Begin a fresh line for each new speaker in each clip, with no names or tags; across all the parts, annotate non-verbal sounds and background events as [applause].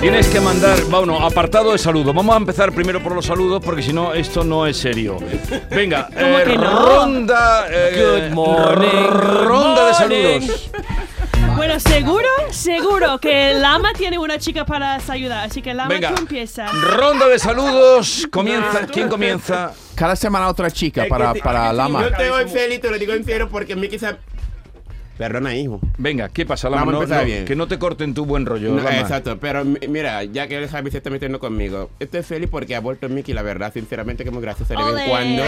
Tienes que mandar, bueno, apartado de saludo. Vamos a empezar primero por los saludos porque si no, esto no es serio. Venga, eh,
que no?
ronda. eh,
Good morning, good
Ronda de
morning.
saludos.
Bueno, seguro, seguro que Lama tiene una chica para ayudar. Así que Lama,
Venga.
tú empieza.
Ronda de saludos. Comienza. ¿Quién comienza?
Cada semana otra chica para, para Lama.
Yo te digo en serio y te lo digo en serio porque Miki se... Perdona, hijo.
Venga, ¿qué pasa, Lama?
Vamos a
No,
empezar
no,
bien.
que no te corten tu buen rollo,
No,
Lama.
exacto, pero mi- mira, ya que el Javi se está metiendo conmigo, estoy feliz porque ha vuelto Miki, la verdad, sinceramente que muy graciosa de vez
Ole.
en cuando.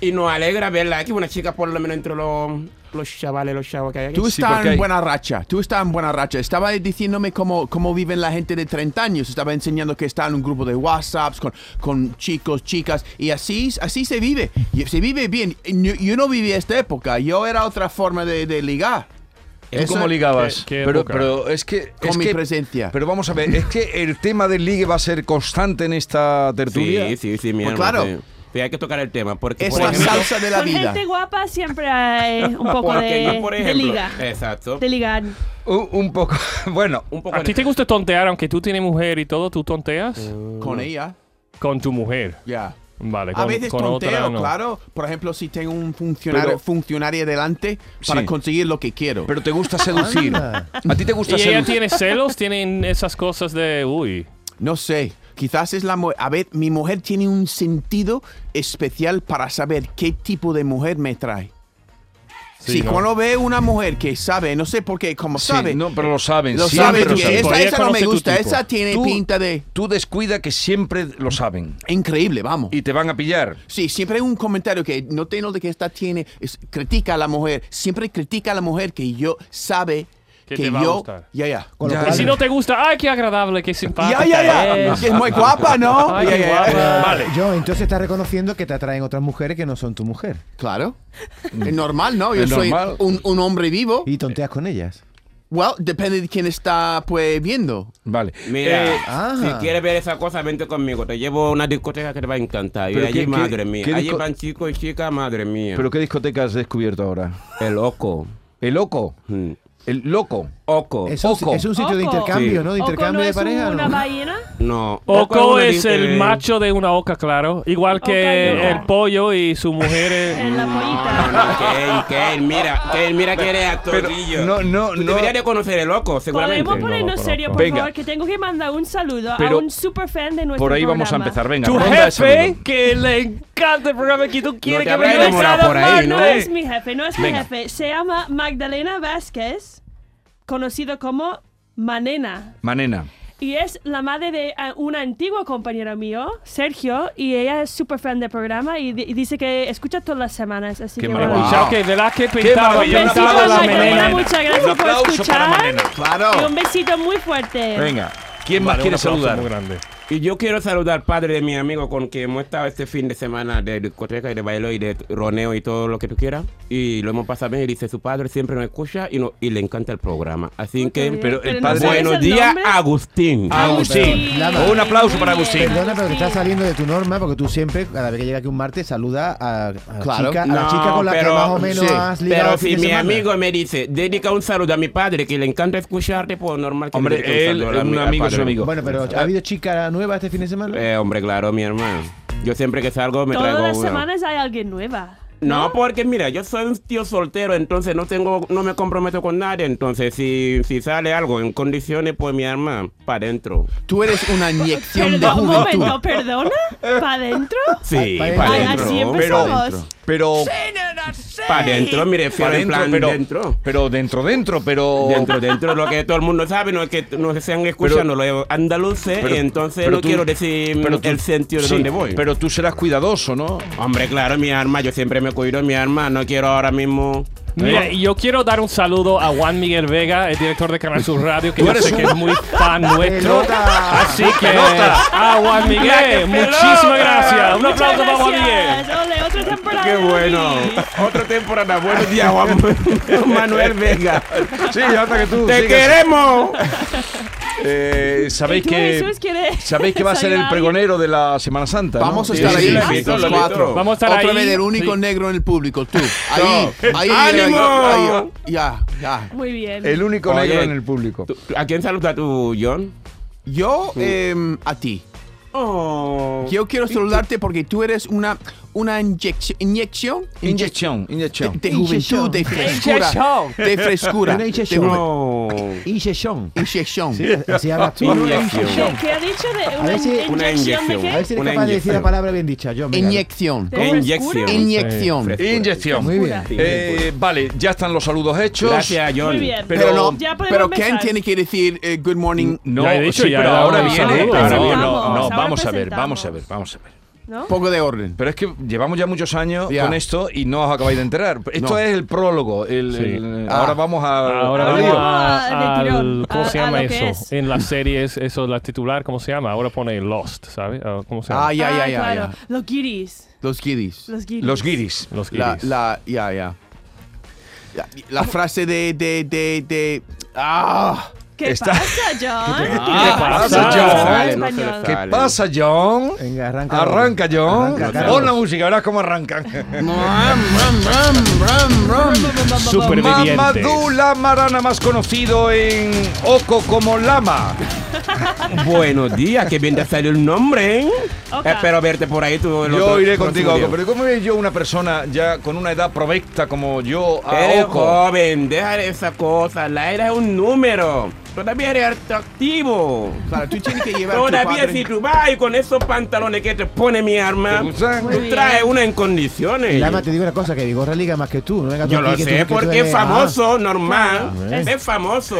Y nos alegra verla, que es una chica por lo menos entre los, los chavales, los chavos que hay aquí.
Tú
Sí,
estás
porque hay-
en buena racha, tú estás en buena racha. Estaba diciéndome cómo, cómo viven la gente de 30 años. Estaba enseñando que está en un grupo de WhatsApps con, con chicos, chicas. Y así, así se vive. Y se vive bien. Y Yo, yo no vivía esta época. Yo era otra forma de, de ligar.
¿Tú
Eso-
cómo ligabas?
qué
pero,
época.
pero es que.
Con
es
mi
que-
presencia.
Pero vamos a ver, es que el tema del ligue va a ser constante en esta tertulia.
Sí, sí, sí, mi
Pues
hermano,
claro.
Sí. Sí, hay que tocar el tema porque
Es
por
la
ejemplo-
salsa de la
Con
vida.
gente guapa siempre hay un poco
porque
de,
yo, por
de
ejemplo-
liga.
Exacto.
De ligar.
Un, un poco. [laughs] Bueno,
Un poco
¿A ti te gusta tontear aunque tú tienes mujer y todo? ¿Tú tonteas?
Con ella,
Con tu mujer.
ya.
Vale, con,
A veces
con
tonteo,
otra no.
claro. Por ejemplo, si tengo un funcionario,
Pero-
funcionario delante para
Sí.
conseguir lo que quiero.
pero te gusta seducir. ¿A ti te gusta
¿Y ella
seducir?
tiene celos? ¿Tienen esas cosas de... Uy.
No sé. Quizás es la mujer. A ver, mi mujer tiene un sentido especial para saber qué tipo de mujer me trae.
Sí,
Si
¿no?
cuando ve una mujer que sabe, no sé por qué, como
Sí,
sabe,
no, pero lo saben.
lo
siempre
sabe
lo
que
sabe.
esa,
Ella
esa no me
conoce tu
gusta,
tipo.
esa tiene
Tú-
pinta de
Tú descuida que siempre lo saben
increíble, vamos.
y te van a pillar.
Sí, siempre hay un comentario que no tengo de que esta tiene, es- critica a la mujer, siempre critica a la mujer que yo sabe
Que
que,
te va a
yo,
gustar.
ya, ya.
Con lo
Ya,
cual-
Y si no te gusta, ¡ay, qué agradable, qué simpática
Ya, ya, ya.
es!
Que Es muy
[laughs]
guapa, ¿no?
Ay,
Ya,
qué
ya, ya.
guapa. Vale.
Yo, entonces estás reconociendo que te atraen otras mujeres que no son tu mujer.
Claro.
Mm.
Es normal, ¿no? Yo
Es
soy
normal.
un, un hombre vivo.
Y tonteas con ellas.
Well, depende de quién está pues viendo.
Vale.
Mira,
Eh,
ah.
si quieres ver esa cosa, vente conmigo. Te llevo a una discoteca que te va a encantar. Y
Pero
allí,
qué- qué-
madre mía.
qué
Allí
disco-
van chicos y chicas, madre mía.
¿Pero qué discoteca has descubierto ahora?
El loco.
El loco.
Mm.
El loco.
Oco.
Es un,
Oco.
es un sitio de
Oco.
intercambio,
Sí.
¿no? De
Oco
intercambio
no
de
es
pareja.
una
¿no?
ballena.
No.
[laughs] Oco
una
es el
dis-
macho de una oca, claro. Igual que
Oca y oca.
el pollo y su mujer es-
En la pollita.
No, que él, que él, mira, que él, mira que eres actorillo.
no, no,
Tú
no.
Deberías de conocer el loco, seguramente.
Podemos ponernos
no,
serio,
no.
por
Venga.
favor, que tengo que mandar un saludo
Pero
a un super fan de nuestro
Por ahí vamos a
programa.
empezar. Venga,
Tu
ronda de
jefe,
saludos.
que le encanta el programa que tú quieres
te
que
habrás
venga
enamorado
cada
por ahí,
No
martes.
es mi jefe, no es
Venga.
mi jefe. Se llama Magdalena Vázquez, conocido como Manena.
Manena.
Y es la madre de eh, un antiguo compañero mío, Sergio, y ella es súper fan del programa y, di- y dice que escucha todas las semanas. Así
Qué
que
maravilla.
bueno.
Chao, que verás que pintaba,
maravilla.
Besito
pintaba
a
la
Magdalena,
Magdalena,
melena.
muchas gracias
Un
por
aplauso para
escuchar.
Manena.
Y
Claro.
un besito muy fuerte.
Venga. ¿Quién más
Vale,
quiere
un aplauso
saludar?
muy grande.
Y yo quiero saludar al padre de mi amigo con quien hemos estado este fin de semana de discoteca y de baile y de roneo y todo lo que tú quieras. Y lo hemos pasado bien y dice, su padre siempre nos escucha y, no, y le encanta el programa. Así que,
bien.
pero el
no
padre-
sabes
buenos
el
días,
nombre.
Agustín.
Ah,
Agustín.
Lama.
Un aplauso para
Muy bien.
Agustín.
Perdona, pero te estás
Sí.
saliendo de tu norma porque tú siempre, cada vez que llega aquí un martes, saluda a, a
Claro.
chica- a la
No,
chica con la
pero-
que más o menos
sí.
has ligado.
Pero
el fin
si
de
mi
semana.
amigo me dice, dedica un saludo a mi padre que le encanta escucharte, pues normal que
Hombre,
le dedique
él,
saludo a
un
mi- al
amigo es
padre.
un amigo.
Bueno, pero ¿ha habido chica nueva este fin de semana?
Eh, hombre, claro, mi hermano. Yo siempre que salgo me
Todas
traigo
las
una.
semanas hay alguien nueva.
No, porque mira, yo soy un tío soltero, entonces no tengo, no me comprometo con nadie, entonces si, si sale algo en condiciones, pues mi arma para adentro.
Tú eres una inyección de
Perdón, un
juventud.
momento, perdona. ¿Para adentro?
Sí,
Pa- pa'
para
Ay,
dentro,
adentro.
así
pero-
empezamos.
Pero
Para dentro, me refiero
Para
en plan
pero, Oh.
dentro.
pero dentro, dentro, pero.
Dentro, dentro, lo que todo el mundo sabe, no es que no sean escuchando los andaluces,
pero-
entonces
pero
no
tú-
quiero decir
pero tú-
el sentido de
sí,
dónde voy.
Pero tú serás cuidadoso, ¿no?
Hombre, claro, mi arma, yo siempre me cuido de mi arma, no quiero ahora mismo.
Mira, y yo quiero dar un saludo a Juan Miguel Vega, el director de Canal Sur Radio, que
Tú
yo
eres
sé que
un-
es muy fan nuestro.
Pelota.
Así que a Juan Miguel, muchísimas gracias. Un aplauso para Juan Miguel.
Ole, otra temporada.
Qué bueno. Otra temporada. Buenos días, [laughs] Juan Manuel Vega.
Sí, hasta que tú.
¡Te
sigas.
queremos!
Eh,
¿Sabéis
Sabéis que.
que,
Sabéis que va a ser el pregonero de la Semana Santa. ¿no?
Vamos a
Sí,
estar
sí,
ahí,
sí.
visto,
los
lo he visto.
cuatro.
Vamos a estar
Otra
ahí.
vez el único
Sí.
negro en el público, tú. Ahí, ahí,
¡Ánimo!
ahí, ahí, ya, ya.
Muy bien.
El único
Oye,
negro en el público.
¿Tú- ¿A quién saluda tú, John?
Yo, em, a ti.
Oh.
Yo quiero saludarte porque tú eres una, una inyección, inyección,
Inyección,
de,
inyección.
de juventud, de frescura,
Inyección.
de frescura,
Una
de
inyección.
juventud.
Oh.
[laughs] Y Sheshon.
inyección.
Sí,
[laughs]
así hablas tú.
Inyección.
¿Qué, qué ha dicho de una,
ver si-
inyección
Una
de
inyección.
qué?
A ver si eres
Una
capaz de decir la
inyección.
palabra bien dicha, John. venga.
Inyección,
¿De
Inyección.
frescura?
inyección.
Frescura.
Inyección.
Muy bien.
Frescura.
Eh, vale, ya están los saludos hechos.
Gracias, John.
Muy bien.
Pero-
Pero no,
Ya podemos
pero Ken
empezar.
tiene que decir eh, good morning,
No,
Ya he dicho,
sí,
ya
pero
he dado
ahora
los
viene,
saludos.
ahora viene.
Vamos,
No, no,
ahora
vamos a ver,
presentamos.
vamos a ver, vamos a ver.
¿No?
poco de orden.
Pero es que llevamos ya muchos años
Ya.
con esto y no os acabáis de enterar. Esto
No.
es el prólogo. el-
Sí.
el-
Ah.
Ahora vamos a.
Ahora
al
vamos
lío.
vamos
a-
a,
de tirón,
al, ¿cómo
a-
se
a
llama
lo que
eso?
es.
En las series, eso, la titular, ¿cómo se llama? Ahora pone Lost, ¿sabes? Ah, ¿Cómo se llama?
Ah, ya, ya,
Ah,
ya,
claro.
ya.
Los guiris.
Los kiddies.
Los guiris.
Los guiris.
Los
La,
guiris.
la, ya, ya. La, la frase de, de, de, de, ah,
¿Qué
Está-
pasa, John? ¿Qué
Ah, pasa, John?
Sale, no se le
Español.
¿Qué
Vale.
pasa, John?
Venga, arranca.
Arranca, John.
Arranca,
Pon
Carlos.
la música, verás cómo arrancan.
Supervivientes.
Mamadou Lamarana, más conocido en Oco como Lama.
Buenos días, qué bien te salió el nombre, ¿eh?
Ok.
Espero verte por ahí tú. el
Yo
otro-
iré
próximo
contigo,
día.
Oco, pero ¿cómo iré yo una persona ya con una edad provecta como yo a
Eres
Oco?
joven, deja de esa cosa. La era es un número. Todavía eres atractivo.
claro, tú tienes que llevar a tu
Todavía
padre.
si tú vas y con esos pantalones que te pone mi
¿Te
arma,
gustan?
Muy
tú traes una en condiciones.
Lama, te digo una cosa, que Vigorra liga más que tú. No venga
Eh,
tú
Yo
aquí
lo
que tú-
sé
que tú
porque
eres- Ah,
es famoso, normal.
Claro.
Es famoso.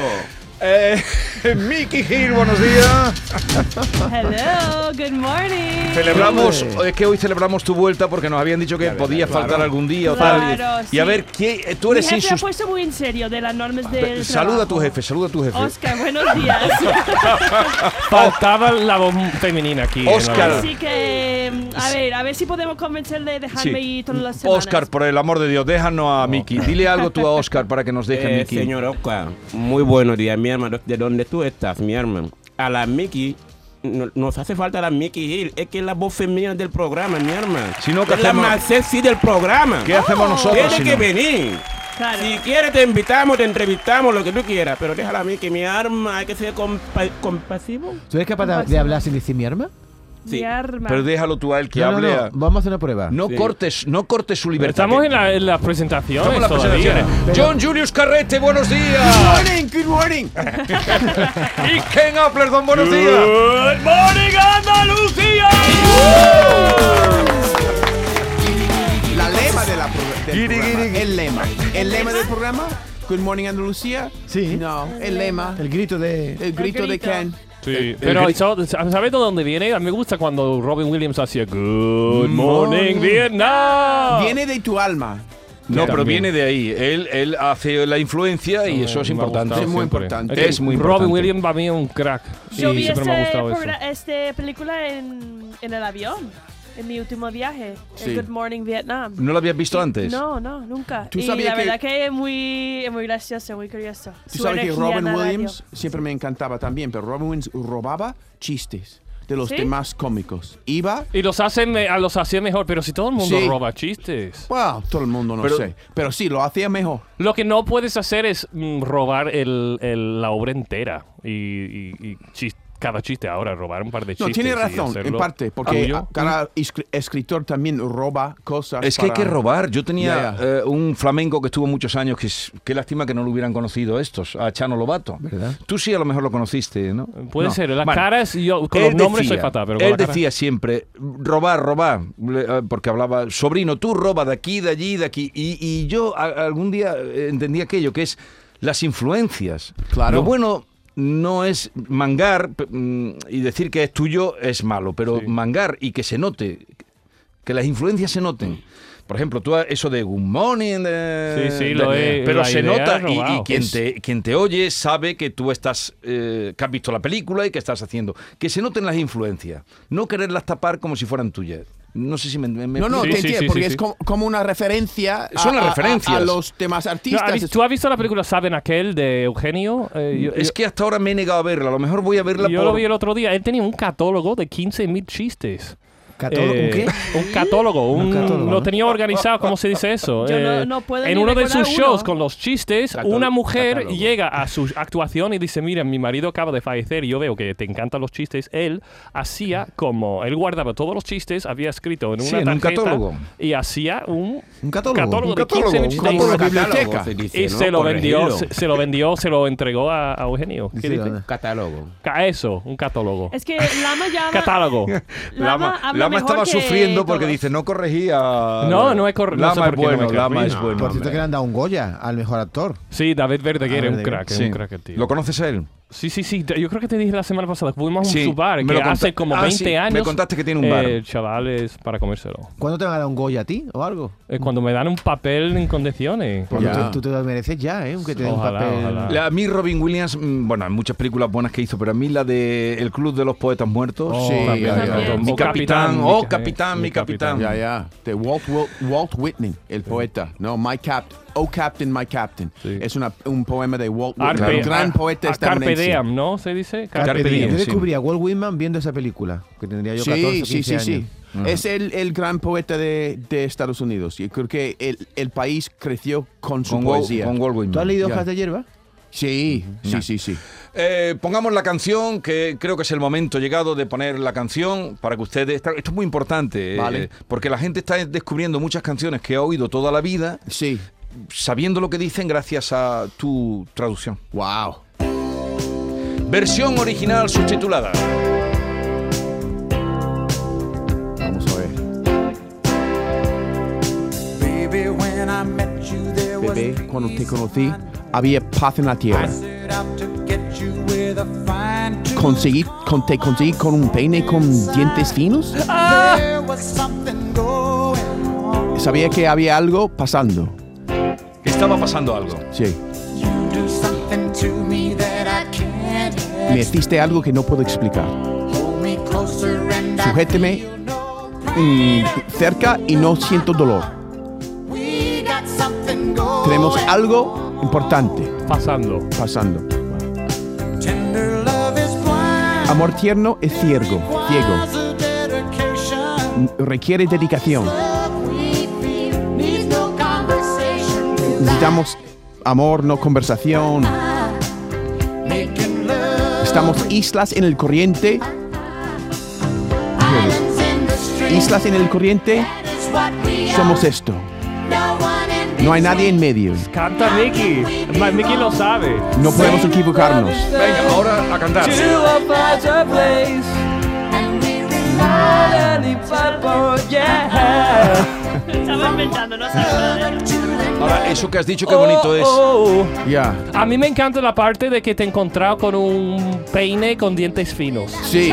Eh, [laughs] Mickey Gil, buenos días.
Hello, good morning.
Celebramos, es que hoy celebramos tu vuelta porque nos habían dicho que podías faltar algún día o
Claro,
tal. Y
sí.
a ver, ¿qué, eh, tú
Mi
eres
jefe ha
insus-
puesto muy en serio de las normas
Pe-
del
Ah, Saluda a tu
trabajo.
jefe, saluda a tu jefe.
Oscar, buenos
[laughs]
días.
Faltaba la voz femenina aquí. ¿no?
Oscar.
Así que, mm, a ver, a ver si podemos convencerle de dejarme
Sí. Mm,
ir todas las semanas.
Oscar, por el amor de Dios, déjanos a Mickey. Dile algo tú a Oscar para que nos deje
Eh,
Mickey.
señor Oca, muy buenos días, mi hermano. ¿De dónde tú estás, mi hermano? A la Mickey. no- Nos hace falta la Mickey Hill, es que es la voz femenina del programa, mi hermano.
Si no, ¿qué
es la
hacemos?
más sexy del programa.
¿Qué hacemos nosotros?
Tienes
si
que
no?
venir.
Claro.
Si quieres, te invitamos, te entrevistamos, lo que tú quieras. Pero déjala a mí que mi arma hay que ser compa- compasivo.
¿Tú eres capaz de- de hablar sin decir mi arma?
Sí.
Mi arma.
Pero déjalo tú a él que
No, no,
hable.
no,
a- No,
Vamos a hacer una prueba.
cortes, no cortes su libertad.
Estamos
que-
en, la, en las presentaciones
Estamos en las
todavía.
presentaciones. John Julius Carrete, buenos días.
Morning, good morning.
y Ken Appleton, buenos días.
Good morning, Andalucía.
La lema de la pro- del
Giri,
programa.
giri,
El lema. El lema del programa. Good morning Andalucía.
Sí.
No, el lema.
El grito de.
El grito de
grito.
Ken.
Sí, Eh, pero eso, ¿sabes de dónde viene? A mí me gusta cuando Robin Williams hacía Good Morning Vietnam.
Viene de tu alma.
No, pero
También.
viene de ahí. Él, él hace la influencia y eso es
Me ha
importante.
gustado
Es muy
siempre.
importante.
que
Es muy
Robin
importante.
Williams para mí es un crack.
Yo
y
vi
siempre me ha
este
gustado eso.
progra- este película en, en el avión, en mi último viaje,
Sí.
el Good Morning Vietnam.
¿No lo habías visto antes?
No, no, nunca.
¿Tú
y
sabías
la
que-
verdad que es muy, es muy gracioso, muy curioso.
Tú
Su
sabes que
energía en
Robin
la radio.
Williams siempre me encantaba también, pero Robin Williams robaba chistes de los
¿Sí?
demás cómicos. Iba,
Y los hace, me- a los hacía mejor, pero si todo el mundo
Sí.
roba chistes.
wow, todo el mundo no
Pero-
sé, pero sí, lo hacía mejor.
Lo que no puedes hacer es mm, robar el, el- la obra entera y, y- y chis- cada chiste ahora, robar un par de
No,
chistes.
tiene
y
razón, en
hacerlo Ah, mm.
parte, porque
tuyo.
a- cada escri- escritor también roba cosas.
Es que hay que
para-
robar. Yo tenía
Ya, ya.
eh, un flamenco que estuvo muchos años, que es, qué lástima que no lo hubieran conocido estos, a Chano Lobato.
¿Verdad?
Tú sí a lo mejor lo conociste, ¿no?
Puede
No.
ser, las
Bueno,
caras, y yo con
él
los nombres
decía-
soy fatal, pero con
Él
la cara-
decía siempre, robar, robar, le- eh, porque hablaba, sobrino, tú roba de aquí, de allí, de aquí. Y, y yo a- algún día eh, entendí aquello, que es las influencias.
Claro.
Lo bueno no es mangar p- mm, y decir que es tuyo es malo, pero mangar y que se note, que las influencias se noten. Por ejemplo, tú ha- eso de good morning, de-
Sí, sí,
de-
lo he-
pero
la
se
idea
nota
es
y- y,
robado.
quien, te, quien te oye sabe que tú estás, eh, que has visto la película y que estás haciendo. Que se noten las influencias, no quererlas tapar como si fueran tuyas. No sé si me... me- me
No, no,
Sí,
te
sí,
entiendo,
sí,
porque
sí,
es
sí.
como, como una referencia a,
Son las
a- a-
referencias.
a los demás
No, ¿ha
artistas.
vis- ¿Tú has visto la película Saben aquel de Eugenio? Eh, yo-
es
yo-
que hasta ahora me he negado a verla, a lo mejor voy a verla
yo
por...
lo vi el otro día. Él tenía un catálogo de 15.000 chistes.
Católogo,
Eh,
¿un qué?
Un catálogo. un-
catálogo,
lo
¿no?
tenía organizado, ¿cómo se dice eso? Eh,
Yo no- no puedo
en
ni
uno de
recordar
sus
uno.
shows con los chistes,
Catálogo,
una mujer
catálogo.
llega a su actuación y dice, mira, mi marido acaba de fallecer y yo veo que te encantan los chistes. Él hacía como, él guardaba todos los chistes, había escrito en
Sí,
una
en un
tarjeta
catálogo.
y hacía un,
Un catálogo,
un
de
catálogo,
15.000
un
chistes.
catálogo.
biblioteca.
se dice,
Y
¿no?
se lo vendió,
Corregirlo.
se, se lo vendió, se lo entregó a, a Eugenio. ¿Qué
Sí,
dice?
¿verdad?
Catálogo.
Ca- Eso, un catálogo.
[laughs]
Es que Lama ya habla-
Catálogo.
Lama,
Lama,
habla
Lama
mejor
estaba
que
sufriendo porque
todos.
dice, no corregía...
No, no he corre- no sé
Lama
por
es
qué no me
bueno, Lama
corregí.
es
No,
bueno.
Por cierto, que
hombre.
le han dado un Goya al mejor actor.
Sí, David Verdaguer
Ah,
es un
Verdaguer.
crack, es
Sí.
un crack el tío.
¿Lo conoces a él?
Sí, sí, sí. Yo creo que te dije la semana pasada. Fuimos a un
Sí,
su bar
me
que
lo conta-
hace como
Ah,
20
sí, me
años.
contaste que tiene un bar.
eh, chavales para comérselo.
¿Cuándo te van a dar un Goya a ti o algo?
Eh, cuando me dan un papel en condiciones.
Porque
Ya.
tú, tú te lo mereces ya, ¿eh? Aunque te den un
Ojalá,
papel.
ojalá.
La- a mí Robin Williams, mm, bueno, hay muchas películas buenas que hizo, pero a mí la de El Club de los Poetas Muertos,
Oh,
sí,
también,
ya, ya.
también.
mi
O
capitán,
Capitán,
oh
mi-
capitán, mi
mi
capitán.
capitán.
Ya, ya. De Walt, Wil- Walt Whitney, el poeta. No, My Captain. Oh Captain, My Captain.
Sí.
Es una- un poema de Walt Whitney,
Arpe-
un gran
a-
poeta
a Carpe
estadounidense.
Diem, ¿no? ¿Se dice?
Carpe diem,
Yo
sí.
descubrí a Walt Whitman viendo esa película, que tendría yo 14
Sí,
15
sí, sí,
años.
sí. Es el, el gran poeta de, de Estados Unidos. Y creo que el, el país creció con su
Con, Wal-
poesía.
con Walt Whitman. Mm,
¿Tú has leído
Ya.
Hojas de Hierba?
Sí, sí, sí, sí.
Eh, pongamos la canción, que creo que es el momento llegado de poner la canción para que ustedes... Esto es muy importante, eh,
Vale.
porque la gente está descubriendo muchas canciones que ha oído toda la vida,
Sí.
sabiendo lo que dicen gracias a tu traducción.
Wow.
Versión original subtitulada.
Vamos a ver.
Baby, when I met you, there was
Bebé, cuando te conocí, había paz en la
I
tierra.
set out to get you with a fine tooth.
Conseguí, con, te conseguí con un peine con dientes finos.
There was something going on.
Sabía que había algo pasando.
Estaba pasando algo.
Sí.
You do something to me that I can't
Me hiciste algo que no puedo explicar.
hold me closer and I
Sujéteme
feel no
mm,
pain
cerca y no siento dolor.
We got something going
Tenemos algo importante
Pasando.
pasando.
Tender love is blind.
Amor tierno es ciego, ciego.
Requires a dedication.
Requiere dedicación.
Love we feel needs no conversation.
Necesitamos amor, no conversación.
Making love.
Estamos islas en el corriente,
Islands in the stream.
islas en el corriente.
That is what we are.
Somos esto.
No one in
No hay nadie en medio.
Canta Mickey. Ma- Mickey lo sabe.
No podemos equivocarnos.
Venga, ahora a cantar.
And we rely
[laughs]
Estaba inventando, no sabía nada de eso.
Ahora, eso que has dicho, qué bonito es.
Oh, oh.
Ya.
A mí me encanta la parte de que te he encontrado con un peine con dientes finos.
Sí.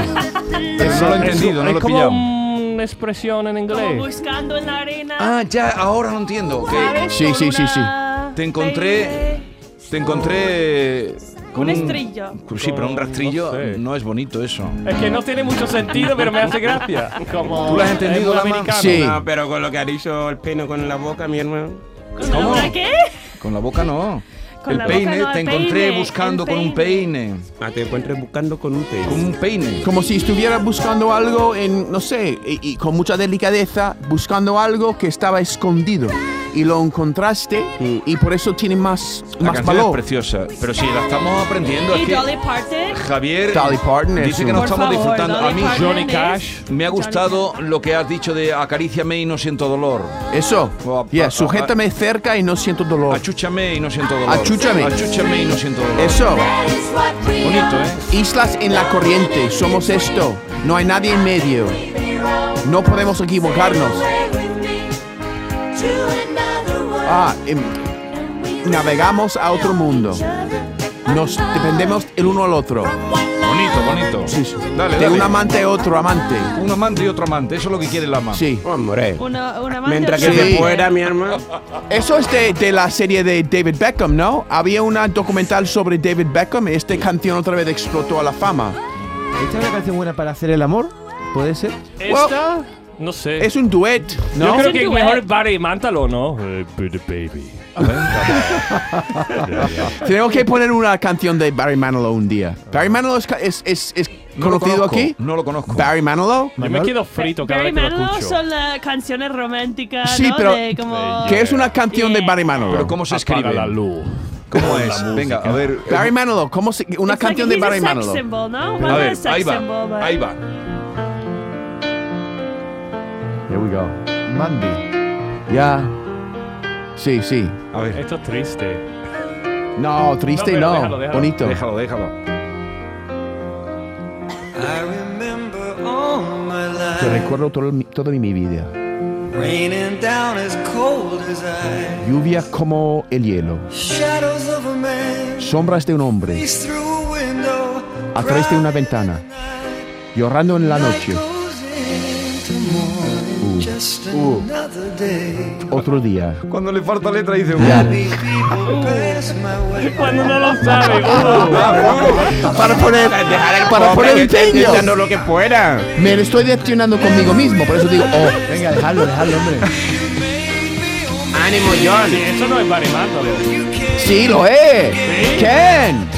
Eso lo he entendido, no
es
lo he
como
pillado.
una expresión en
Como
inglés.
buscando en la arena.
Ah, ya, ahora lo entiendo. que
¿sabes?
Sí,
Con
sí, sí, sí.
una-
Te encontré- Te encontré. Con
Un rastrillo.
Sí, pero un rastrillo
No
no,
sé.
es bonito eso.
Es que no tiene mucho sentido, pero me hace gracia. Como
¿Tú lo has entendido,
es muy
Lama?
americano.
Sí.
Ah, No, pero con lo que ha dicho el pene con la boca, mi hermano.
¿Con
¿Cómo?
una qué?
Con la boca no.
Con
el
la boca
peine,
no, el
te encontré
peine,
buscando
el
con un peine.
Ah, te encuentras buscando con un pene.
Con un peine.
Como si estuviera buscando algo en, no sé, y, y con mucha delicadeza, buscando algo que estaba escondido. y lo encontraste
Mm.
y por eso tiene más,
La canción
más
es
valor.
preciosa, pero si la estamos aprendiendo
Y
es que
Dolly Parton.
Javier
Dolly Parton es
dice que no
Por
un-
estamos
favor,
disfrutando. A
Dolly
mí
Parton
Johnny
es-
Cash.
me ha gustado lo que has dicho de acaríciame y no siento dolor.
Eso.
Fua, pa, pa,
Yeah, sujétame cerca y no siento dolor.
Achúchame y no siento dolor.
Achúchame.
Achúchame y no siento dolor.
Eso.
Bonito, ¿eh?
Islas en la corriente, somos esto. No hay nadie en medio. No podemos equivocarnos. Ah, em, navegamos a otro mundo. Nos dependemos el uno al otro.
Bonito, bonito.
Sí, sí.
Dale,
De
dale.
un amante a otro amante.
Un amante y otro amante, eso es lo que quiere la ama.
Sí.
Hombre.
Una, una más de
Mientras que
otra.
Sí.
se pueda, mi hermano.
Eso es de, de la serie de David Beckham, ¿no? Había una documental sobre David Beckham y esta canción otra vez explotó a la fama.
¿Esta es una canción buena para hacer el amor? ¿Puede ser?
¿Esta? No sé.
Es un duet,
Yo
¿no?
creo
Es un
que
duet.
mejor Barry Mántalo, ¿no? Eh, but the baby.
Tenemos que poner una canción de Barry Manilow un día. Barry Manilow es, ca- es, es- es
No lo
conocido
conozco,
aquí.
No lo conozco.
Barry Manilow,
Yo me
Manuel.
quedo frito cada
Barry
vez que lo
Manilow
escucho.
son las canciones románticas,
Sí,
¿no?
pero-
De como...
que es una canción de Barry Manilow.
Pero ¿cómo se
Apaga
escribe?
la luz.
¿Cómo
La
es?
música.
Venga, a ver. eh,
Barry Manilow, ¿cómo se- una
It's
canción
like he's
de
a
Barry
sex
Manilow.
symbol, ¿no?
a
Bueno,
ver,
es sex
ahí
symbol, but-
¿eh?
va. Ahí va.
Here we go.
Mandy.
Ya. Sí, sí.
A ver,
Esto es triste.
No, triste
No, pero
no.
déjalo, déjalo.
Bonito.
déjalo, déjalo.
I remember all my
Te
life
recuerdo todo, mi- todo mi vida.
raining down as cold as ice.
Lluvia como el hielo.
Shadows of a man
Sombras de un hombre.
peeks through a window.
A través de una ventana. Llorando en la noche. Uh,
Goes into morning, just another day.
Otro día.
Cuando le falta letra dice.
These people pass my way.
Cuando no lo sabe. uno.
Para poner. Para poner incendio.
lo que pueda.
Me estoy decepcionando conmigo mismo. Por eso digo, oh.
Venga, dejadlo, dejadlo, hombre.
Ánimo, John.
Eso no es Barry Manilow.
Sí, lo es. Ken.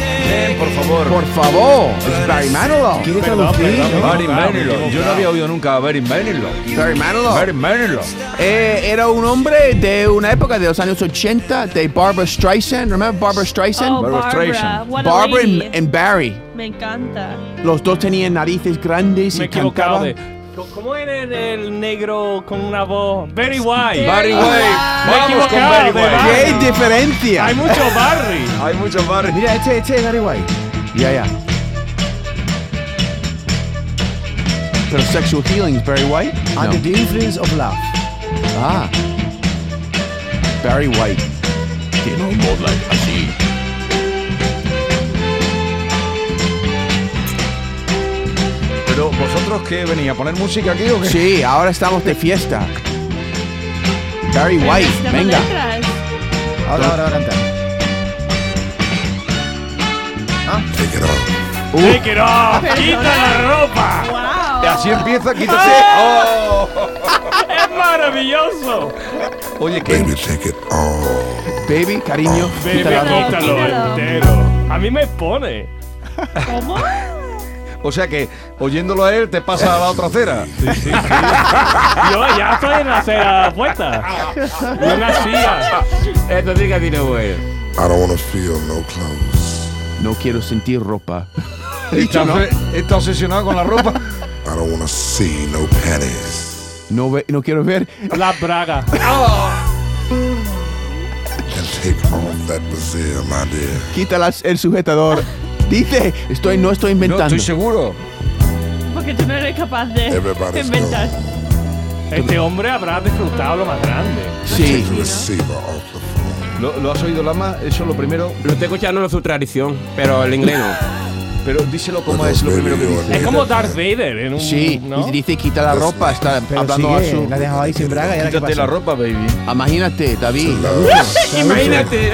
Por favor.
Por favor. Es Barry Manilow.
¿Quieres
Perdón,
traducir?
perdón,
no?
Barry
Claro,
Manilow. Yo no había oído nunca a Barry Manilow.
Barry Manilow.
Barry Manilow.
Eh, era un hombre de una época de los años 80 de Barbara Streisand. ¿Remember Barbara Streisand?
Oh,
Barbra
Barbara,
Streisand.
what a
Barbara
lady.
y Barry.
Me encanta.
Los dos tenían narices grandes
Me he
y cantaban.
equivocado de. Co- ¿Cómo era el- el negro con una voz? Very White.
Barry
White.
White.
Me he
Vamos con
equivocado
Barry
de
White.
Barry.
¡Qué diferencia! Eh,
Hay mucho Barry.
Hay muchos Barry.
Mira, este, este es Barry White.
Ya, ya. Pero Sexual Healings, Barry White.
Under
No.
the influence of love.
Ah. Barry White. Tiene un voz like así.
Pero vosotros qué venís a poner música aquí o qué?
Sí, ahora estamos de fiesta. Barry White,
Estamos
venga.
detrás.
Ahora, ahora va a cantar.
Take it off. Quita la ropa. Ah.
Así empieza, quítate. Oh.
Es maravilloso.
Oye, ¿qué?
Baby, cariño.
Baby,
quita la ropa.
quítalo
quítalo.
entero. A mí me pone.
¿Cómo?
O sea que oyéndolo a él te pasa a la otra acera.
Yo ya estoy en la acera puesta. Yo nacía.
Esto sí que tiene bueno.
I don't want to feel no clothes.
No quiero sentir ropa.
Está, obse- está obsesionado con la ropa.
I don't want to see no panties.
No, ve- no quiero ver.
La braga.
And take off that brazier, my dear.
Quita las- el sujetador. Dice, estoy, no
No,
estoy inventando.
estoy seguro.
Porque tú no eres capaz de
Everybody's
inventar.
going
Este hombre habrá disfrutado lo más grande.
take the
sí.
receiver off the phone.
¿Lo, lo has oído, Lama? Eso es lo primero.
Lo estoy escuchando en su tradición, pero el inglés no.
Pero díselo como
Bueno,
es lo primero que
baby,
dice.
Es como Darth Vader en un.
Sí.
¿no?
Y dice, quita la ropa. Está
Pero
hablando
sigue,
a su.
la ha dejado ahí sin braga y ahora qué
Quítate
pasa.
la ropa, baby.
Imagínate, David.
Imagínate.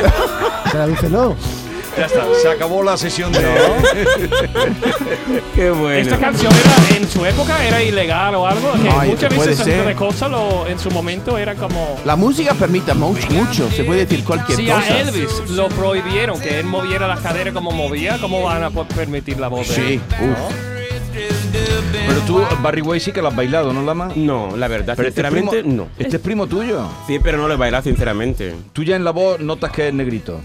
Tradúcelo.
Ya está. Se acabó la sesión de.
Qué bueno.
Esta canción era, en su época era ilegal o algo. que
Ay,
muchas
puede
veces
ser.
de cosas lo- en su momento era como.
La música permite mucho, mucho. Se puede decir cualquier
Si a
cosa.
Elvis lo prohibieron que él moviera las caderas como movía, ¿cómo van a po- permitir la voz de
Sí.
él?
Uf.
Pero tú, Barry Way sí que lo has bailado, ¿no, Lama?
No, la verdad,
Pero este es primo-
sinceramente, no.
Este es primo tuyo.
Sí, pero no lo he bailado, sinceramente.
Tú ya en la voz notas que es negrito.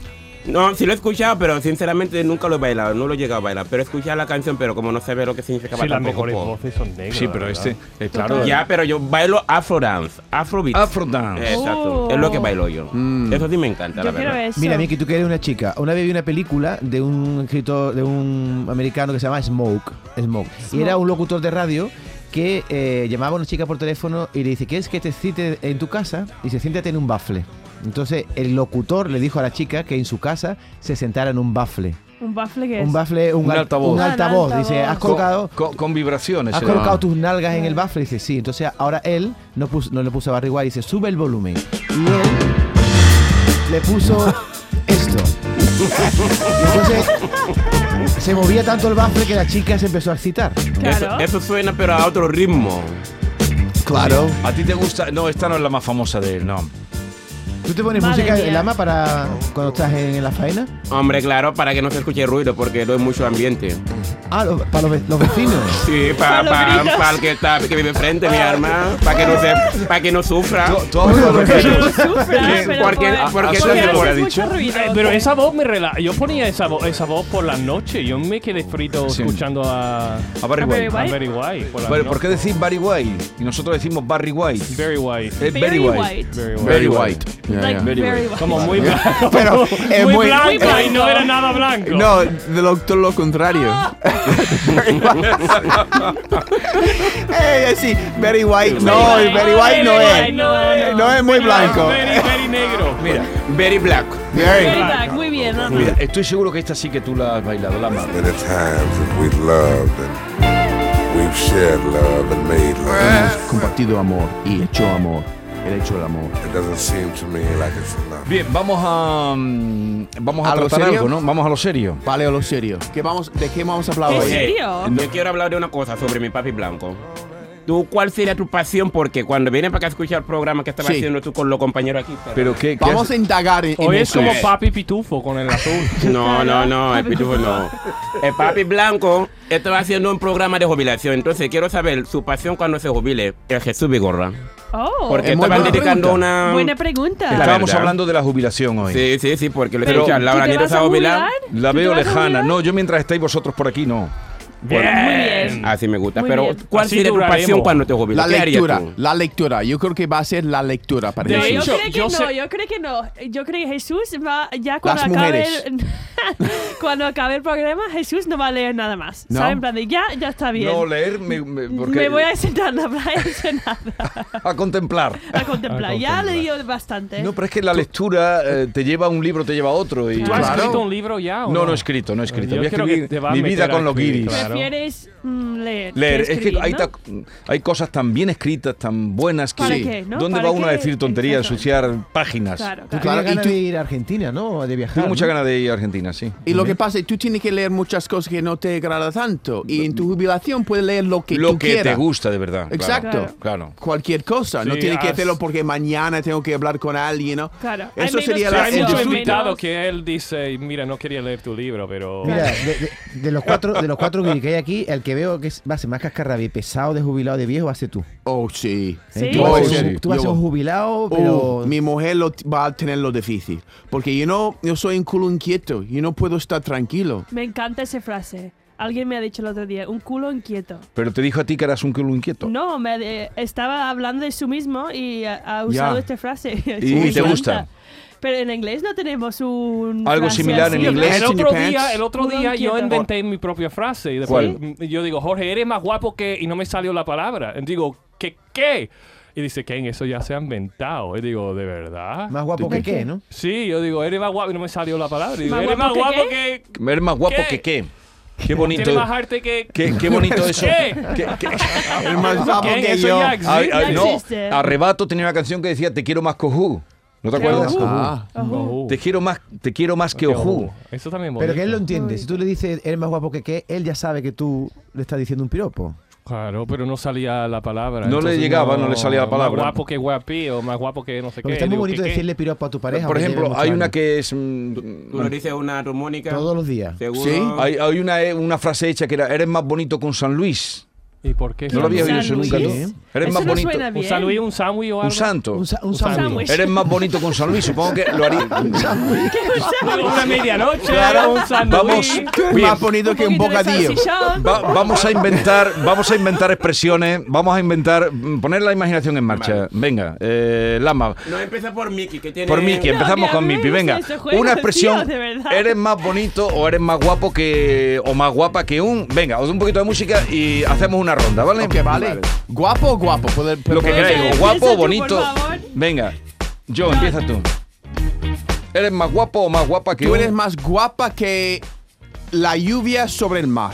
No, sí lo he escuchado, pero sinceramente nunca lo he bailado, no lo he llegado a bailar. Pero he escuchado la canción, pero como no se ve lo que significaba
Sí, las
tampoco,
mejores
po.
voces son negras.
Sí,
la
pero
verdad.
este, eh, claro.
Ya, pero yo bailo afro dance, afro beat. Eh,
Afro dance.
Exacto,
Oh.
es lo que bailo yo.
Mm.
Eso sí me encanta, la
Yo quiero
verdad.
eso.
Mira, Miki, tú que eres una chica. Una vez vi una película de un escritor, de un americano que se llama Smoke. Smoke. Y era un locutor de radio que eh, llamaba a una chica por teléfono y le dice, ¿quieres que te cite en tu casa? Y dice, siéntate en un bafle. Entonces el locutor le dijo a la chica que en su casa se sentara en un bafle.
Un baffle que es.
Un bafle, un,
Un
al-
altavoz.
un
Ah, un
altavoz.
altavoz.
Dice, has
Con-
colocado...
Con, con vibraciones.
Has
eh.
colocado tus nalgas en el bafle, dice sí. Entonces ahora él no, puso- no le puso a Barry White, dice sube el volumen. Y él le puso esto. Y entonces se movía tanto el bafle que la chica se empezó a excitar.
Claro.
Eso, eso suena, pero a otro ritmo.
Claro.
A ti te gusta. No, esta no es la más famosa de él, no.
¿Tú te pones
Madre
música
mía.
en Lama para cuando estás en, en la faena?
Hombre, claro, para que no se escuche ruido, porque no hay mucho ambiente.
Ah, lo- para los, ve-
[laughs]
los vecinos.
Sí, para
Para los Ah. gritos.
el que, está, que vive frente, mi arma, para que no se, para que no sufra.
Tú- tú has oído lo que-
Pero sufra,
Sí,
pero por-
porque- porque
porque
eso es
haces
lo que ha
mucho
dicho.
ruido.
Eh, pero esa voz me relaja. Yo ponía esa, voz esa voz por la noche. Yo me quedé frito
Sí.
escuchando a,
A Barry
A
White.
Barry
a
White.
Barry White. Por, la
Bueno, ¿por
noche.
qué decís Barry White? Y nosotros decimos Barry White.
Barry White.
Es
Very
Barry White.
white.
Barry White.
Very white. Yeah,
Like,
yeah.
Very
very
Eh, white.
white.
Como
[laughs]
muy blanco.
Pero es
muy,
muy-
blanco
muy
y no
blanco.
era nada blanco.
No, de lo, todo lo [laughs] contrario. Very white. Ey, así, very white. No,
Very
very white no
Very white,
es. No es muy blanco.
Very,
[laughs]
very negro.
Mira,
Very black.
Very.
Very black, Muy bien, Ana.
mira, estoy seguro que esta sí que tú la has bailado, la más.
Many times that we've loved and we've shared love and made love.
Compartido amor y hecho amor. El hecho del amor.
It doesn't seem to me like it's enough.
Bien, vamos a. mm, Vamos a
¿Algo
tratar
serio?
algo, ¿no? Vamos a lo serio.
Vale, lo serio. ¿Qué vamos, ¿De qué vamos a hablar
Eh,
¿Qué
hoy?
serio?
Hey, yo quiero hablar de una cosa sobre mi papi blanco. ¿Tú cuál sería tu pasión? Porque cuando vienes para acá a escuchar el programa que estaba
Sí.
haciendo tú con los compañeros aquí. pero-
Pero qué. qué
Vamos
hace-
a indagar en, en
Hoy es
eso.
como papi pitufo con
[laughs]
el azul.
No, no, no, el pitufo no. El papi blanco estaba haciendo un programa de jubilación. Entonces quiero saber su pasión cuando se jubile, el Jesús Vigorra.
Oh,
Porque
Es muy
estaban
buena
dedicando
pregunta.
una.
buena pregunta.
la
Estábamos
verdad.
hablando de la jubilación hoy.
Sí, sí, sí, porque le
Pero,
escuchas,
¿tú
Laura
te
Nieto
vas
se va
a
a jubilar.
jubilar?
La
¿Tú te
veo
vas a
lejana.
jubilar?
No, yo mientras estáis vosotros por aquí, no.
Muy
Ah,
bien.
Así Ah, me gusta.
Muy
Pero
bien.
¿cuál
Así
sería tu
duraremos.
pasión cuando te jubilas?
La
¿Qué harías
lectura,
tú?
la lectura. Yo creo que va a ser la lectura para
De
No,
Jesús.
hecho,
yo creo que
yo
no,
sé-
yo creo que no. Yo creo que Jesús va, ya cuando
Las
acabe
mujeres.
el, [laughs] cuando acabe el programa, Jesús no va a leer nada más.
No.
¿Sabe? En plan de, ya, ya está bien.
No, leer, me, me- porque-
Me voy a sentar en la playa a cenar,
a contemplar.
a contemplar. Ya he leído bastante.
No, pues, pero es que la lectura eh, te lleva a un libro, te lleva a otro. Y,
¿Tú has
Claro.
escrito un libro ya? o
No, no he escrito, no he escrito.
Yo
Voy a
creo que
escribir
te va a
mi
meter
vida
a
con los
escribir,
guiris.
claro.
Prefieres mm, leer.
Leer,
que
es que
escribir,
hay,
¿no?
ta- hay cosas tan bien escritas, tan buenas que...
¿Para qué, no?
¿Dónde
¿Para
va uno a
qué?
decir tonterías,
Exacto.
ensuciar páginas?
Claro,
Tú
claro.
Claro,
tienes
y
ganas
tú-
de ir a Argentina, ¿no? De viajar.
Tengo muchas
¿no?
ganas de ir a Argentina, sí.
Y lo que pasa es que tú tienes que leer muchas cosas que no te agrada tanto. Y en tu jubilación puedes leer lo que
lo
tú
que
quieras.
te gusta de verdad. claro,
Exacto.
Claro.
Claro.
Cualquier cosa. no
Sí,
tienes que
has-
hacerlo porque mañana tengo que hablar con alguien, ¿no?
Claro. Hay
Eso
menos
sería
Sí,
la
hay
presión,
muchos
el-
menos-
invitados que él dice, mira, no quería leer tu libro, pero...
Mira, de, de- de los cuatro, de los cuatro guiris que hay aquí, el que veo que es- va a ser más cascarrabia, y pesado de jubilado de viejo, va a ser tú.
Oh, sí.
Sí.
Tú vas a
Oh,
ser-
sí.
tú vas a ser
Yo-
un jubilado,
Oh,
pero.
mi mujer lo t- va a tener lo difícil. Porque yo no, yo soy un culo inquieto. Yo no puedo estar tranquilo.
Me encanta esa frase. Alguien me ha dicho el otro día, un culo inquieto.
Pero te dijo a ti que eras un culo inquieto.
No, me de- estaba hablando de su mismo y ha, ha usado
Ya.
esta frase. [laughs] Me
y te
encanta.
gusta.
Pero en inglés no tenemos un.
Algo
frase
similar en
así.
inglés.
El
Yes, in
otro
your
día,
pants.
el otro
Culo
día yo
inquieto.
inventé mi propia frase y después mm, yo digo, Jorge, eres más guapo que... Y no me salió la palabra. Y digo, ¿qué qué? Y dice, Ken, eso ya se ha inventado. Y digo, ¿de verdad?
Más guapo que qué, ¿no?
Sí, yo digo, eres más guapo y no me salió la palabra. Y digo,
¿Más
eres más
guapo que
guapo que...
qué?
Eres más guapo
¿Qué?
que qué. Qué bonito.
Tienes más arte que...
[laughs] Qué, qué bonito eso.
¿Qué?
Qué- qué-
El más guapo
Ken,
que
eso
yo.
ya existe.
Ay, ay, no,
existe.
Arrebato tenía una canción que decía Te quiero más que Ojú. ¿No te acuerdas?
Ojú.
Ah,
Ojú.
Te quiero más, te quiero más que Ojú.
Eso también
Pero que él lo
bonito.
entiende. Si tú le dices, eres más guapo que qué, él ya sabe que tú le estás diciendo un piropo.
Claro, pero no salía la palabra.
No le
entonces
llegaba, no le salía la palabra.
Más guapo que guapío, más guapo que no sé
Eh,
Porque
qué.
está muy
digo,
bonito
¿qué, qué?
decirle piropo a tu pareja.
Por
aunque lleve
ejemplo,
muchos
hay una
años.
que es. mm,
Tú le dices una armónica.
Todos los días.
Seguro.
Sí.
eh, Hay, hay una, una frase hecha que era Eres más bonito con San Luis.
¿Y por qué?
No lo había oído eso nunca tú.
Sí.
Eres
Eso
más
no
bonito.
suena bien.
¿Un
[laughs]
San un Samui o algo?
Un santo.
Un, sa- un
Un
sándwich.
sándwich.
Eres más bonito con San Luis, supongo que lo
[laughs]
haría.
Una medianoche,
Claro,
un sándwich.
vamos. Bien.
Más bonito que un
poquito de
bocadillo.
salchichón.
Va- vamos a inventar, vamos a inventar expresiones, vamos a inventar mm, poner la imaginación en marcha. Venga, eh, Lama,
No, empieza por Mickey, que tiene...
por Miki,
Eh, No,
empezamos
que
con Miki.
arruines
Venga,
ese juego,
una
tío,
expresión.
de verdad.
Eres más bonito o eres más guapo que o más guapa que un. Venga, os doy un poquito de música y hacemos una ronda, ¿vale?
Ok, vale. Guapo o guapo. Poder-
Lo que
poder-
queráis,
empieza
o guapo o
tú, por
bonito.
favor.
Venga, yo empieza tú. ¿Eres más guapo o más guapa que
Tú
un?
eres más guapa que la lluvia sobre el mar.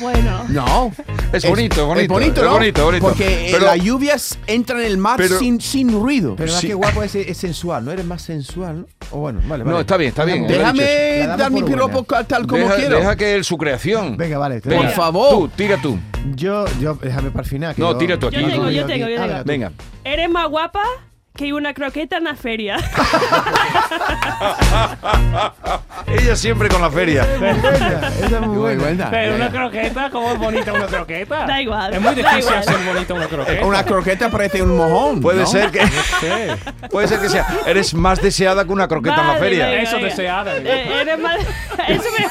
Bueno.
No.
Es bonito, bonito.
Es bonito,
es
¿no?
bonito, bonito.
Porque eh,
Pero-
la lluvia s- entra en el mar
Pero-
sin, sin ruido.
Pero más
Sí.
que guapo es, es sensual, ¿no? Eres más sensual. ¿no? O bueno, vale,
No,
vale.
está bien, está bien.
Venga,
Lo he
Déjame
dicho.
La damos
dar mi
por
piropo
buena.
tal como
deja,
quiero.
deja que él su creación.
Venga, vale. te-
Venga,
Por favor.
Tú, tira tú.
Yo, yo, déjame para el final. que
No, tira tú aquí.
Yo tengo,
Ah,
yo
aquí.
tengo, yo
Ah,
tengo.
vale, tú.
Venga.
Eres más guapa que una croqueta en la feria.
[laughs] Ella siempre con la feria.
Venga, esa es muy
Muy
buena.
buena.
Pero una croqueta, ¿cómo es bonita una croqueta?
Da igual,
Es muy
da
difícil
igual.
hacer bonita una croqueta.
Una croqueta parece un mojón.
Puede
¿no?
ser que puede ser que sea. Eres más deseada que una croqueta en la
Vale,
feria.
venga,
Eso
venga.
deseada, digo.
Eh,
[laughs]
eres más. Eso me...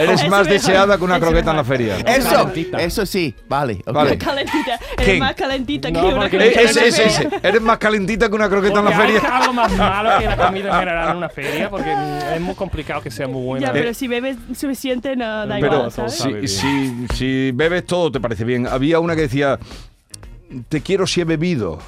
Eres
eso
más
mejor,
deseada que una
eso
croqueta en la
mejor.
feria.
Eso,
Calentita.
eso sí. Vale. ok.
Vale.
Calentita.
¿Quién?
Eres más calentita
No,
que una
porque-
Eh,
croqueta. en
Ese,
la
ese,
feria.
ese. Eres más calentita que una croqueta en la
Porque hay
feria.
algo más malo que la comida en general en una feria, porque es muy complicado que sea muy buena.
Ya,
Eh,
pero si bebes suficiente, no da
Pero
igual, ¿sabes?
sabe
si,
bien.
si, si bebes todo te parece bien. Había una que decía te quiero si he bebido.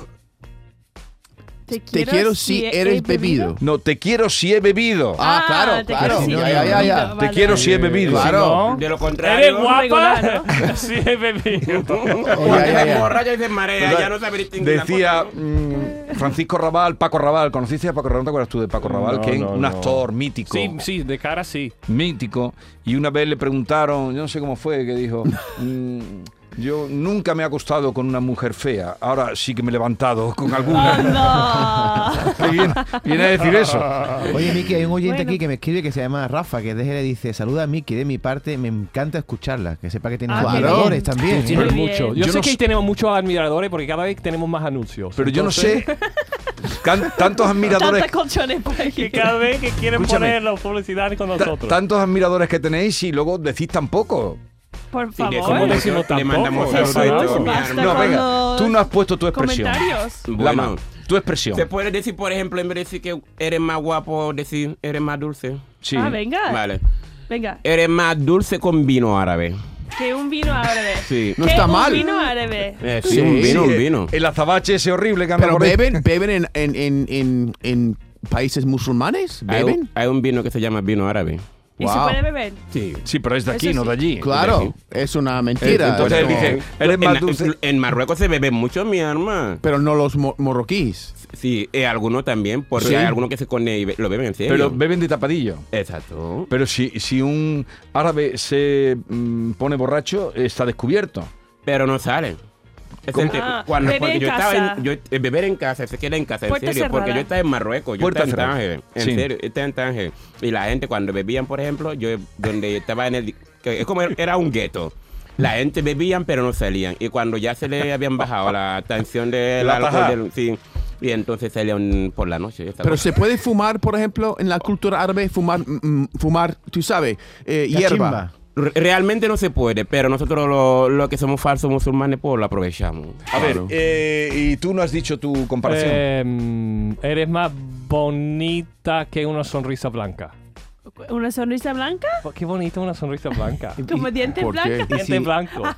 Te quiero si
he- he
eres bebido.
No, te quiero si he bebido.
Ah, claro,
te quiero
claro.
si
Ya,
eres
ya, ya, ya.
bebido,
te
vale.
quiero si he bebido.
Claro.
De lo
¿Eres
contrario...
guapa?
regular,
[laughs] Sí, he bebido.
Cuando
ya, ya,
se
ya.
borra ya dices marea, ya no sabes distinguir la
Decía
cosa, ¿no?
mm, Francisco Raval, Paco Raval. ¿Conociste a Paco Raval? ¿No te acuerdas tú de Paco Raval?
No,
que es
no,
un
no.
actor mítico.
Sí, sí, de cara sí.
mítico y una vez le preguntaron, yo no sé cómo fue, que dijo, "Mm, yo nunca me he acostado con una mujer fea, ahora sí que me he levantado con
[laughs]
alguna.
¡Anda!
Que viene, viene a decir eso.
Oye, Miki, hay un oyente
Bueno.
aquí que me escribe que se llama Rafa, que desde le dice, saluda a Miki de mi parte, me encanta escucharla, que sepa que tiene
Ah,
qué
admiradores
bien.
también.
Sí,
¿eh?
Pero-
mucho. Yo,
Yo
sé
no
que
sé-
tenemos muchos admiradores porque cada vez tenemos más anuncios.
Pero yo no
Entonces,
sé, tan- tantos admiradores...
Tantas colchones por aquí.
Que cada vez que quieren
Escúchame.
poner la publicidad con
ta-
nosotros.
tantos admiradores que tenéis y luego decís tampoco.
Por
Sí, de-
¿Cómo
Bueno,
favor.
decimos
le mandamos
tampoco?
saludos.
Eso no.
Basta
No,
con
venga,
los
tú no has puesto tu expresión.
Comentarios.
Lama,
Bueno,
tu expresión.
se puede decir, por ejemplo, en vez de decir que eres más guapo, decir eres más dulce.
Sí.
Ah, venga.
Vale.
Venga,
Eres más dulce con vino árabe.
que un vino árabe.
Sí.
No está
que
mal.
Un vino árabe.
Eh,
Sí,
sí, eh, un vino,
Sí,
un vino.
El azabache ese horrible que anda
Pero
por ahí.
beben, beben en, en, en, en, en países musulmanes.
Hay, un-
Beben.
hay un vino que se llama vino árabe.
Y se
Wow.
puede beber.
Sí.
Sí, pero es de aquí,
Eso
no de
sí.
allí.
Claro, es una mentira.
Entonces
es como-
dije, eres
En,
más
la-
dulce.
en Marruecos se bebe mucho, mi arma.
pero no los mo- morroquíes.
Sí, eh, algunos también, porque
Sí.
hay algunos que se conden y be- lo beben en serio.
Pero beben de tapadillo.
Exacto.
Pero si, si un árabe se mm, pone borracho, está descubierto.
Pero no sale. Es
¿Cómo?
el que-
Ah,
cuando,
beber
porque
en
yo estaba
casa.
en, yo, eh, beber en casa, se queda en casa, en
Puerta
serio, porque
cerrada.
yo estaba en Marruecos, yo
Puerta
estaba en
cerrada.
Tánger, en
Sí.
serio, yo estaba en Tánger. Y la gente cuando bebían, por ejemplo, yo donde estaba en el, que es como era un gueto. La gente bebían pero no salían y cuando ya se le habían bajado la tensión de
[laughs] La tajada.
y entonces salían por la noche. esta
Pero
cosa.
se puede fumar, por ejemplo, en la cultura árabe, fumar, mm, mm, fumar tú sabes, eh, hierba.
Cachimba.
Re- Realmente no se puede, pero nosotros los lo que somos falsos musulmanes pues lo aprovechamos.
A ver,
Claro.
eh, y tú no has dicho tu comparación.
Eh, mm, eres más bonita que una sonrisa blanca.
¿Una sonrisa blanca?
Oh, Qué bonita una
[laughs]
sonrisa blanca.
¿Como dientes
¿Por qué?
blancas?
Y
Diente
si-
blanco.
Ah,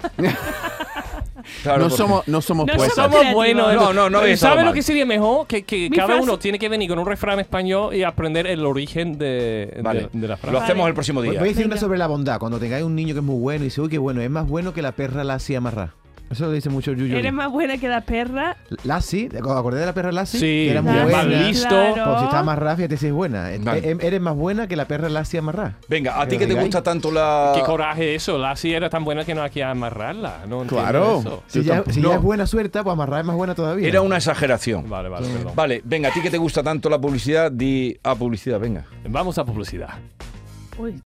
Claro,
no
porque-
somos, no somos
No
poetas.
somos-
Somos
creativo.
buenos.
pues No, no, no había estado
¿Sabes lo
mal.
que sería mejor? Que, que
Mi
cada
frase-
uno tiene que venir con un refrán español y aprender el origen de, de-
Vale,
de, la frase.
lo hacemos
Vale.
el próximo
Voy
día.
a decir una
Venga.
sobre la bondad. Cuando tengáis un niño que es muy bueno y dice, uy, qué bueno, es más bueno que la perra Lassie amarrá. Eso lo dice mucho Yuyo.
Eres más buena que la perra.
Lassie, ¿te acordás de la perra Lassie?
Sí,
Que era muy
más
buena.
listo.
Pues si está amarrá, fíjate si es buena. E-
Vale.
e- Eres más buena que la perra Lassie amarrá.
Venga, a ti que
Venga,
te
venga.
gusta tanto la.
Qué coraje eso. La silla era tan buena que no hay que amarrarla. No entiendo
Claro.
eso.
Si,
Yo
ya,
tampoco.
si
No.
ya es buena suerte, pues amarrá es más buena todavía.
Era una exageración.
Vale, vale, perdón.
Vale, venga, a ti que te gusta tanto la publicidad, di a publicidad, ah, venga.
Vamos a publicidad.
Uy,